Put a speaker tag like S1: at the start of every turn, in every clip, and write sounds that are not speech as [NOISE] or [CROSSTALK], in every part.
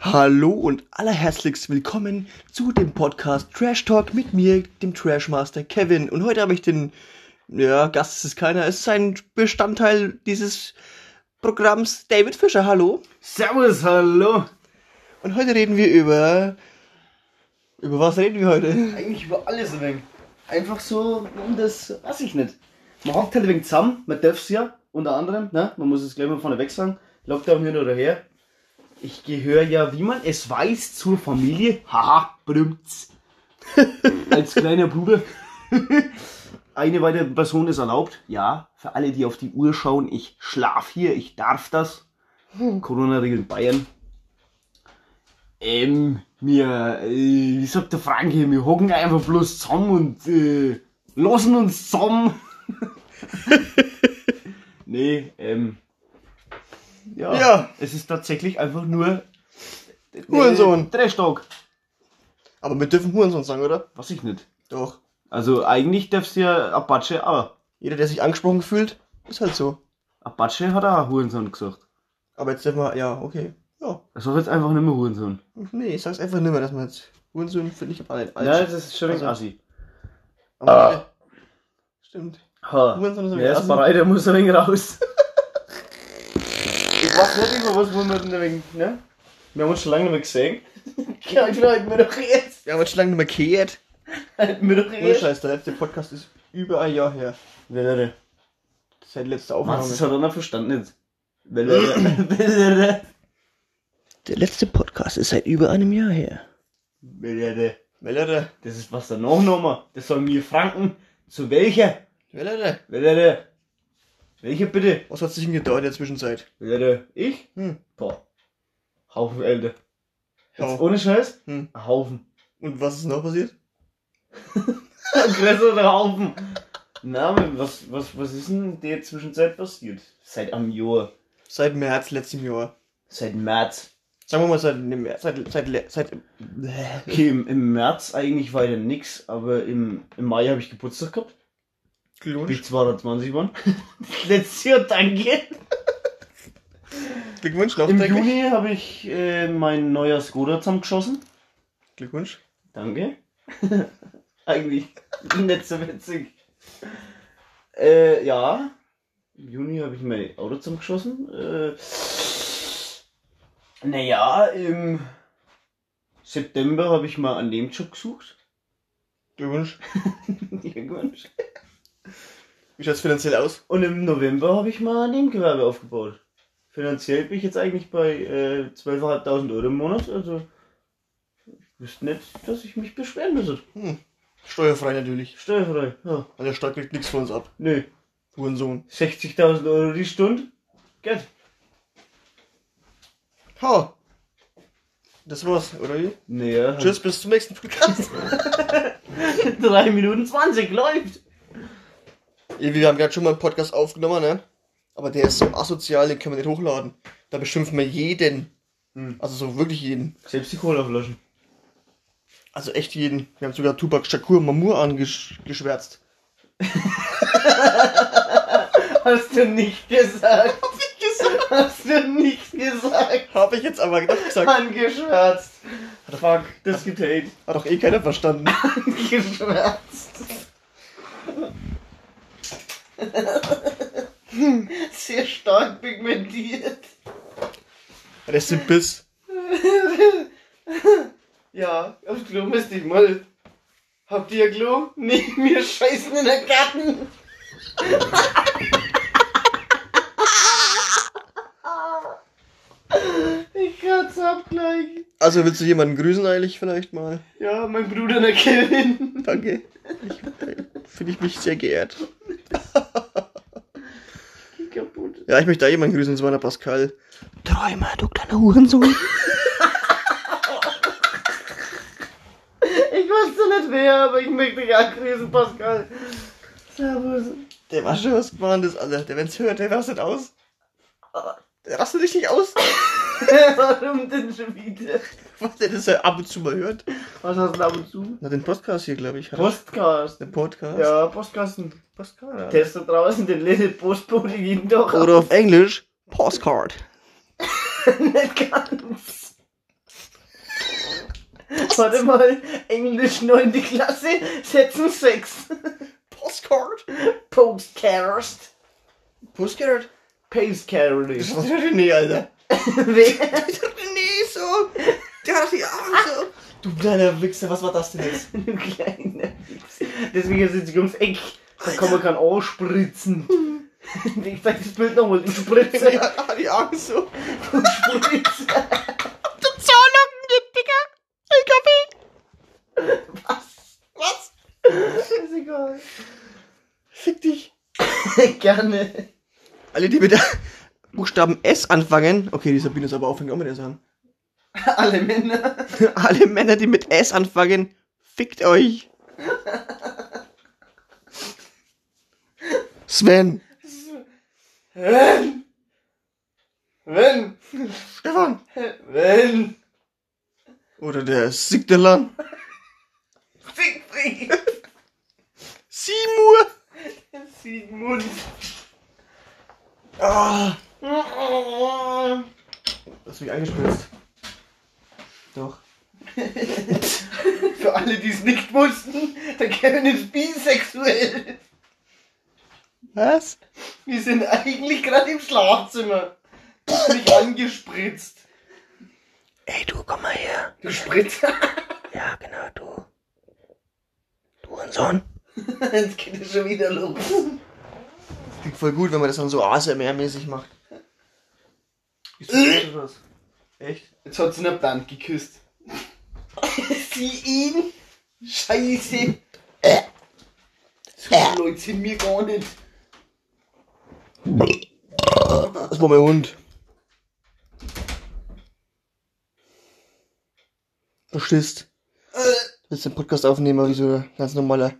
S1: Hallo und allerherzlichst willkommen zu dem Podcast Trash Talk mit mir, dem Trashmaster Kevin. Und heute habe ich den, ja, Gast ist es keiner, es ist ein Bestandteil dieses Programms, David Fischer. Hallo.
S2: Servus, hallo.
S1: Und heute reden wir über. Über was reden wir heute?
S2: Eigentlich über alles ein wenig. Einfach so, um das, weiß ich nicht. Man hockt halt ein wenig zusammen, man darf es ja, unter anderem, ne? man muss es gleich mal vorne weg sagen, Lockdown hin oder her. Ich gehöre ja, wie man es weiß, zur Familie. Haha, berühmt's. Als kleiner Bruder. [LAUGHS] Eine weitere Person ist erlaubt. Ja, für alle, die auf die Uhr schauen, ich schlaf hier, ich darf das. Corona-Regeln Bayern. Ähm, wir, äh, wie sagt der Frank hier, wir hocken einfach bloß zusammen und äh, lassen uns zusammen. [LAUGHS] nee, ähm, ja,
S1: Ja.
S2: es ist tatsächlich einfach nur äh,
S1: Hurensohn.
S2: Trash-Talk.
S1: Aber wir dürfen Hurensohn sagen, oder?
S2: Was ich nicht.
S1: Doch.
S2: Also eigentlich darfst du ja Apache auch.
S1: Jeder, der sich angesprochen fühlt, ist halt so.
S2: Apache hat auch Hurensohn gesagt.
S1: Aber jetzt dürfen wir, ja, okay. Ja.
S2: Das ist jetzt einfach nicht mehr Hurensohn.
S1: Nee, ich sag's einfach nicht mehr, dass man jetzt Hurensohn finde ich aber nicht falsch.
S2: Ja, das ist Ah. schon ein
S1: Also-
S2: Assi.
S1: Aber- Stimmt.
S2: Ha.
S1: Hurensohn ist ein
S2: Wer ist
S1: Assi.
S2: bereit, der muss ein wenig raus. [LAUGHS] ich weiß nicht, über was wollen wir denn ein wenig, ne? Wir haben uns schon lange nicht mehr [LAUGHS] gesehen. Kein Schwein, genau, hätten wir doch jetzt.
S1: Wir haben jetzt schon lange nicht mehr kehrt.
S2: Hätten wir doch
S1: Ohne Scheiß, der letzte Podcast ist über ein Jahr her.
S2: Wäre.
S1: Das ist ja die letzte
S2: Was?
S1: Aufnahme.
S2: Das hat er nicht verstanden jetzt. [LAUGHS] Wäre. Wäre.
S1: Der letzte Podcast ist seit über einem Jahr her.
S2: Wäre.
S1: Wellere,
S2: Das ist was danach nochmal. Das sollen wir Franken. Zu welcher?
S1: wellere.
S2: Wäre. Welche bitte?
S1: Was hat sich denn gedauert in der Zwischenzeit?
S2: Wäre. Ich?
S1: Hm.
S2: Boah. Haufen Elde. Jetzt
S1: Ja.
S2: ohne Scheiß?
S1: Hm.
S2: Ein Haufen. [LAUGHS]
S1: Und was ist noch passiert?
S2: Ein größerer Haufen. Na, was, was, was ist denn in der Zwischenzeit passiert? Seit am Jahr.
S1: Seit März letzten Jahr.
S2: Seit März.
S1: Sagen wir mal seit dem März, seit, seit, seit, seit
S2: Okay, im, im März eigentlich war ja nix, aber im, im Mai habe ich Geburtstag gehabt.
S1: Glückwunsch.
S2: Bis 220 [LAUGHS] waren. Letztes Jahr, danke.
S1: Glückwunsch,
S2: Im
S1: nachträglich.
S2: Juni habe ich äh, mein neuer Skoda zusammengeschossen.
S1: Glückwunsch.
S2: Danke. [LAUGHS] Eigentlich nicht so witzig. Äh, ja. Im Juni habe ich mein Auto zusammengeschossen. Äh, naja, im September habe ich mal einen Nebenjob gesucht. [LAUGHS]
S1: Glückwunsch.
S2: Glückwunsch.
S1: Wie schaut's finanziell aus?
S2: Und im November habe ich mal ein Nebengewerbe aufgebaut. Finanziell bin ich jetzt eigentlich bei äh, 12.500 Euro im Monat. Also, ich wüsste nicht, dass ich mich beschweren müsste.
S1: Steuerfrei natürlich.
S2: Steuerfrei, ja.
S1: Weil der Staat kriegt nichts von uns ab.
S2: Nö.
S1: Hurensohn.
S2: 60.000 Euro die Stunde. Geld.
S1: Ha! Das war's, oder wie?
S2: Naja. also-
S1: Tschüss, bis zum nächsten Podcast.
S2: 3 Minuten 20 läuft.
S1: Ey, Wir haben gerade schon mal einen Podcast aufgenommen, ne? Aber der ist so asozial, den können wir nicht hochladen. Da beschimpfen wir jeden.
S2: Hm.
S1: Also so wirklich jeden.
S2: Selbst die Colaflaschen.
S1: Also echt jeden. Wir haben sogar Tupac Shakur Mamur angeschwärzt.
S2: Hast du nicht gesagt. Hast du nicht gesagt.
S1: Habe ich jetzt aber gedacht gesagt. [LAUGHS]
S2: Angeschwärzt. Fuck, das getate.
S1: Hat doch eh keiner verstanden.
S2: Angeschwärzt. Sehr stark pigmentiert.
S1: Rest im Biss.
S2: Ja, aufs Klo müsste ich mal. Habt ihr Klo? Nee, [LAUGHS] wir scheißen in der Garten. ich kratze ab gleich.
S1: Also willst du jemanden grüßen eigentlich vielleicht mal?
S2: Ja, mein Bruder, der Kevin.
S1: Danke. Ich, Finde ich mich sehr geehrt.
S2: Geht kaputt.
S1: Ja, ich möchte da jemanden grüßen, und zwar der Pascal. Träumer, du kleiner Hurensohn.
S2: Ich weiß doch nicht wer, aber ich möchte dich angrüßen, Pascal. Servus. [LAUGHS]
S1: Der war schon was Gewarntes, Alter. Der, wenn's hört, der rastet aus. Der rastet richtig aus.
S2: Warum denn schon wieder?
S1: Was der das ja ab und zu mal hört.
S2: Was hast du ab und zu?
S1: Na, den Podcast hier, glaube ich. hat er.
S2: Postcast.
S1: Den Podcast?
S2: Ja, Postkasten.
S1: Podcast.
S2: Der ist da draußen, den lese Postbote jeden Tag.
S1: Oder auf Englisch, Postcard.
S2: nicht ganz. Warte mal, Englisch 9. Klasse, Setzen 6.
S1: Postcard.
S2: Postcast.
S1: Postcard?
S2: Pastecard.
S1: Das war der René, [LAUGHS] Alter.
S2: Wer?
S1: Der René so. Der hat die Arme so. Du kleiner Wichser, was war das denn [LAUGHS] jetzt?
S2: [LAUGHS] Du kleiner Wichs. Deswegen sitze ich ums Eck. Da kann man kein anspritzen. Ich zeig das Bild nochmal. Ich spritze. Ich
S1: Ja, die Arme so.
S2: spritze.
S1: Du Zahnlocken geht, Digga. Ich glaub
S2: Was?
S1: Was?
S2: Scheißegal.
S1: Fick dich.
S2: [LAUGHS] Gerne.
S1: Alle, die mit der Buchstaben S anfangen. Okay, die Sabine ist aber aufhängig auch mit S an.
S2: [LAUGHS] Alle Männer.
S1: Alle Männer, die mit S anfangen, fickt euch. Sven.
S2: Wenn. Wenn.
S1: Stefan.
S2: Wenn.
S1: Oder der Sigdelan.
S2: Siegfried.
S1: Simur.
S2: [LAUGHS] Sigmund.
S1: Ah, hast mich angespritzt. Doch.
S2: Für alle, die es nicht wussten, der Kevin ist bisexuell.
S1: Was?
S2: Wir sind eigentlich gerade im Schlafzimmer. Ich hab mich angespritzt.
S1: Ey, du, komm mal her.
S2: Du Spritzer.
S1: Ja, genau, du. Du Sohn.
S2: [LAUGHS] Jetzt geht es schon wieder los.
S1: Das klingt voll gut, wenn man das dann so ASMR-mäßig macht. Ist das oder was? Echt?
S2: Jetzt hat sie eine Band [LAUGHS] geküsst. sie ihn? Scheiße. So viele Leute sind mir gar nicht.
S1: Das war mein Hund. Verstehst?
S2: Äh,
S1: Willst den Podcast aufnehmen, wie so ein ganz normaler,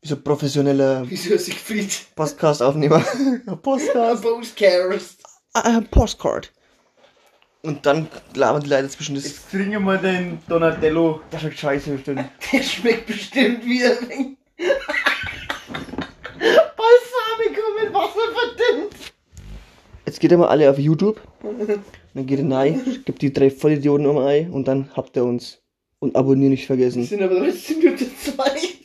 S1: wie so ein professioneller
S2: wieso Siegfried?
S1: Podcast-Aufnehmer. [LAUGHS]
S2: A
S1: Podcast.
S2: Postcarist.
S1: Äh, Postcard. Und dann labern die Leute zwischen das.
S2: Jetzt trinke mal den Donatello.
S1: Das schmeckt scheiße, stimmt.
S2: Der schmeckt bestimmt wie ein [LAUGHS] wenig- Balsamico mit Wasser verdünnt.
S1: Jetzt geht ihr mal alle auf YouTube. Dann geht ihr rein, gebt die drei Vollidioten um ein und dann habt ihr uns. Und abonnieren nicht
S2: Wir
S1: vergessen.
S2: sind aber trotzdem nur zu zweit.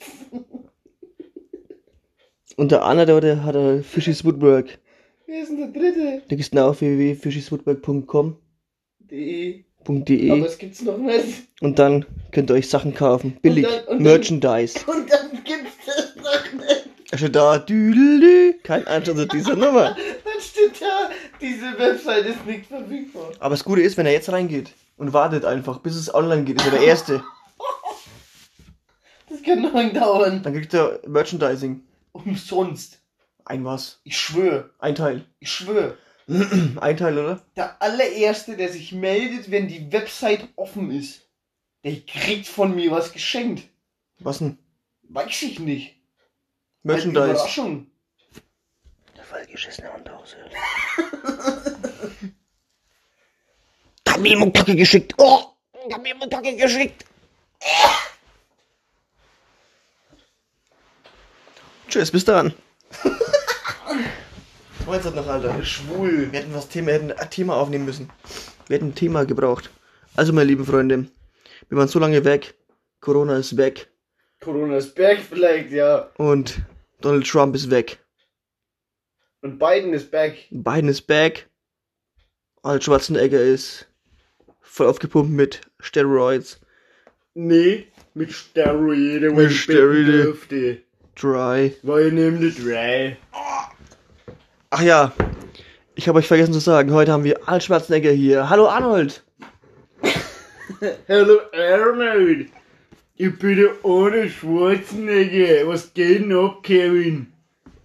S1: Und der andere dort hat er Fischis Woodwork.
S2: Wer ist denn der dritte?
S1: Da gehst du auf www.fischiswoodwork.com.de
S2: Die. Aber es gibt's noch nicht.
S1: E. und dann könnt ihr euch Sachen kaufen. Billig.
S2: Und dann- und dann-
S1: Merchandise.
S2: Und dann gibt's das noch nicht.
S1: Er steht da. Düdelü. Kein Anschluss zu dieser Nummer.
S2: Dann steht da, diese Website ist nicht verfügbar.
S1: Aber das Gute ist, wenn er jetzt reingeht und wartet einfach, bis es online geht, ist er der Erste.
S2: Das kann noch lang dauern.
S1: Dann kriegt er Merchandising.
S2: Umsonst.
S1: Ein was?
S2: Ich schwöre.
S1: Ein Teil.
S2: Ich schwöre.
S1: Ein Teil, oder?
S2: Der allererste, der sich meldet, wenn die Website offen ist, der kriegt von mir was geschenkt.
S1: Was denn?
S2: Weiß ich nicht. Als
S1: Merchandise.
S2: Überraschung.
S1: Der vollgeschissene Unterhose. da hat mir jemand Kacke geschickt. Oh, da hat mir jemand Kacke geschickt. Tschüss, bis
S2: [LAUGHS]
S1: dann. Oh, Jetzt noch, Alter.
S2: Schwul.
S1: Wir hätten was Thema, hätten ein Thema aufnehmen müssen. Wir hätten ein Thema gebraucht. Also, meine lieben Freunde, wir waren so lange weg. Corona ist weg.
S2: Corona ist back vielleicht, ja.
S1: Und Donald Trump ist weg.
S2: Und Biden ist back.
S1: Biden ist back. Arnold Schwarzenegger ist voll aufgepumpt mit Steroids.
S2: Nee, mit Steroide.
S1: Mit Steroide.
S2: Dürfte.
S1: Dry.
S2: War ja nämlich drei.
S1: Ach ja, ich habe euch vergessen zu sagen, heute haben wir Arnold Schwarzenegger hier. Hallo Arnold!
S2: Hello Arnold. Ich bin der Arnold Schwarzenegger. Was geht denn ab, Kevin?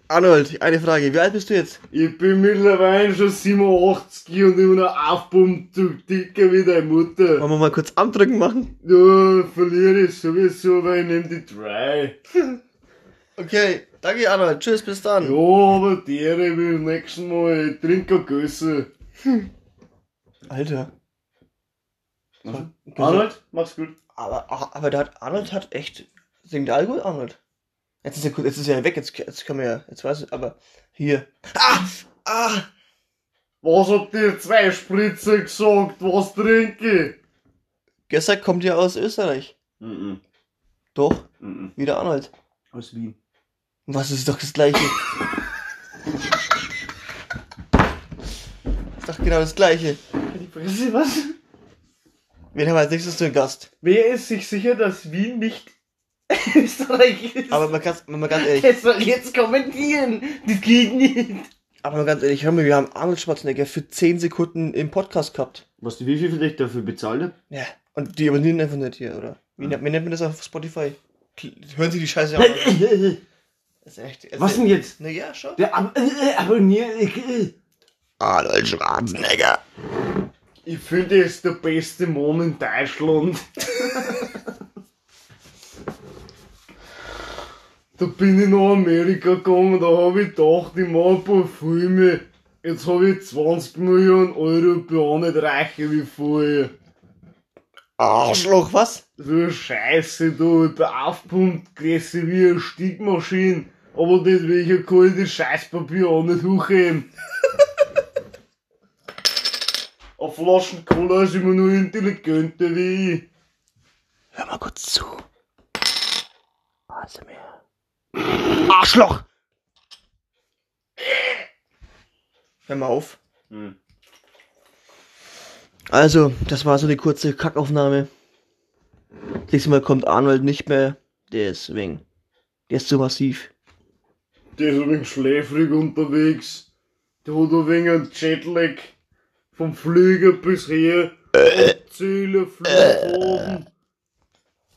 S1: Arnold, eine Frage, wie alt bist du jetzt?
S2: Ich bin mittlerweile schon 87 und immer noch aufpumpt und dicker wie deine Mutter.
S1: Wollen wir mal kurz Armdrücken machen?
S2: Du verliere ich sowieso, weil ich nehm die drei.
S1: Okay, danke Arnold, tschüss, bis dann.
S2: Ja, aber der will nächsten Mal ich trinke keine Gösse.
S1: Alter.
S2: Arnold, mach's gut.
S1: Aber, aber der hat, Arnold hat echt, singt der Alkohol Arnold? Jetzt ist er, kurz- jetzt ist er weg, jetzt, jetzt können wir ja, jetzt weiß ich, aber hier. Ah! Ah!
S2: Was habt ihr zwei Spritzer gesagt? Was trinke ich?
S1: Gestern kommt ihr aus Österreich.
S2: Mhm.
S1: Doch,
S2: Mhm.
S1: wieder Anhalt.
S2: Aus Wien.
S1: Was ist doch das gleiche? [LAUGHS] ist doch genau das gleiche.
S2: Die Presse, was?
S1: Wen haben wir als nächstes für einen Gast?
S2: Wer ist sich sicher, dass Wien nicht [LAUGHS] Österreich ist?
S1: Aber mal ganz, mal ganz ehrlich,
S2: das soll jetzt kommentieren. Das geht nicht.
S1: aber mal ganz ehrlich, hör mal, wir haben Arnold Schwarzenegger für 10 Sekunden im Podcast gehabt.
S2: Weißt du, wie viel ich dafür bezahlt habe?
S1: Ja. Und die übernehmen einfach nicht hier, oder? Wie, nennt- wie nennt man das auf Spotify? Kl- Hören Sie die Scheiße an. Das ist echt. das
S2: Was
S1: ist-
S2: denn jetzt?
S1: Na ja, schon.
S2: Der Ab äh, abonniert. äh.
S1: Arnold Schwarzenegger.
S2: Ich finde, es ist der beste Mann in Deutschland. [LAUGHS] da bin ich nach Amerika gegangen, da habe ich gedacht, ich mache ein paar Filme. Jetzt habe ich 20 Millionen Euro, bin auch nicht reicher wie vorher.
S1: Arschloch, was?
S2: So scheiße, du, ich bin aufgepumpt gewesen wie eine Stickmaschine. Aber deswegen kann ich das Scheißpapier auch nicht hochheben. [LAUGHS] Eine Flasche Cola ist immer nur intelligenter wie ich.
S1: Hör mal kurz zu. Also mehr. Arschloch! Hör mal auf.
S2: Hm.
S1: Also, das war so eine kurze Kackaufnahme. Nächstes Mal kommt Arnold nicht mehr. Deswegen. Der ist zu massiv.
S2: Der ist ein wenig schläfrig unterwegs. Der hat ein wenig einen Jetlag. Vom Flieger bis her. Ziele, Flughafen.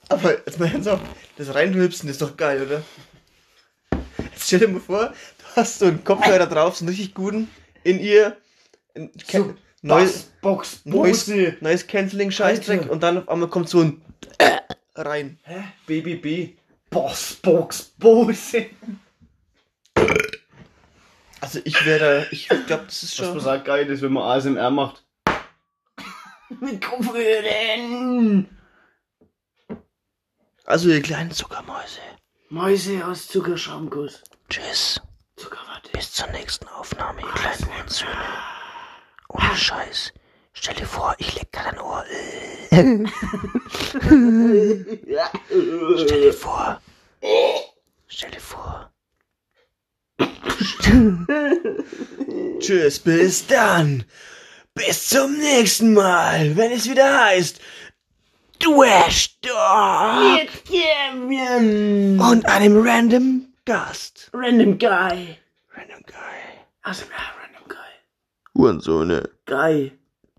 S1: Aber jetzt mal ernsthaft, das Reinrülpsen ist doch geil, oder? Jetzt stell dir mal vor, du hast so einen Kopfhörer drauf, so einen richtig guten, in ihr. In,
S2: So,
S1: neues
S2: Bass, Box,
S1: neues,
S2: Boxi.
S1: neues Canceling-Scheißdreck
S2: Alter.
S1: und dann auf einmal kommt so ein rein.
S2: Hä? BBB. Boss, Box, Bose.
S1: Also ich wäre da, ich glaube, das ist
S2: Was
S1: schon.
S2: man sagt, geil ist, wenn man ASMR [LAUGHS] macht. Mit Kopfhörern.
S1: Also ihr kleinen Zuckermäuse,
S2: Mäuse aus Zuckerschramkuss.
S1: tschüss.
S2: [LAUGHS] Zuckerwatte.
S1: Bis zur nächsten Aufnahme, ihr kleinen Hurensöhne. Ohne Scheiß. Stell dir vor, ich leg gerade ein Ohr. Stell dir vor. Stell dir vor. Tschüss, bis dann. Bis zum nächsten Mal, wenn es wieder heißt. Trash Talk.
S2: Jetzt geben wir einen
S1: Und einem random Gast.
S2: Random Guy.
S1: Random Guy.
S2: ASMR, Random Guy.
S1: Hurensöhne.
S2: Guy.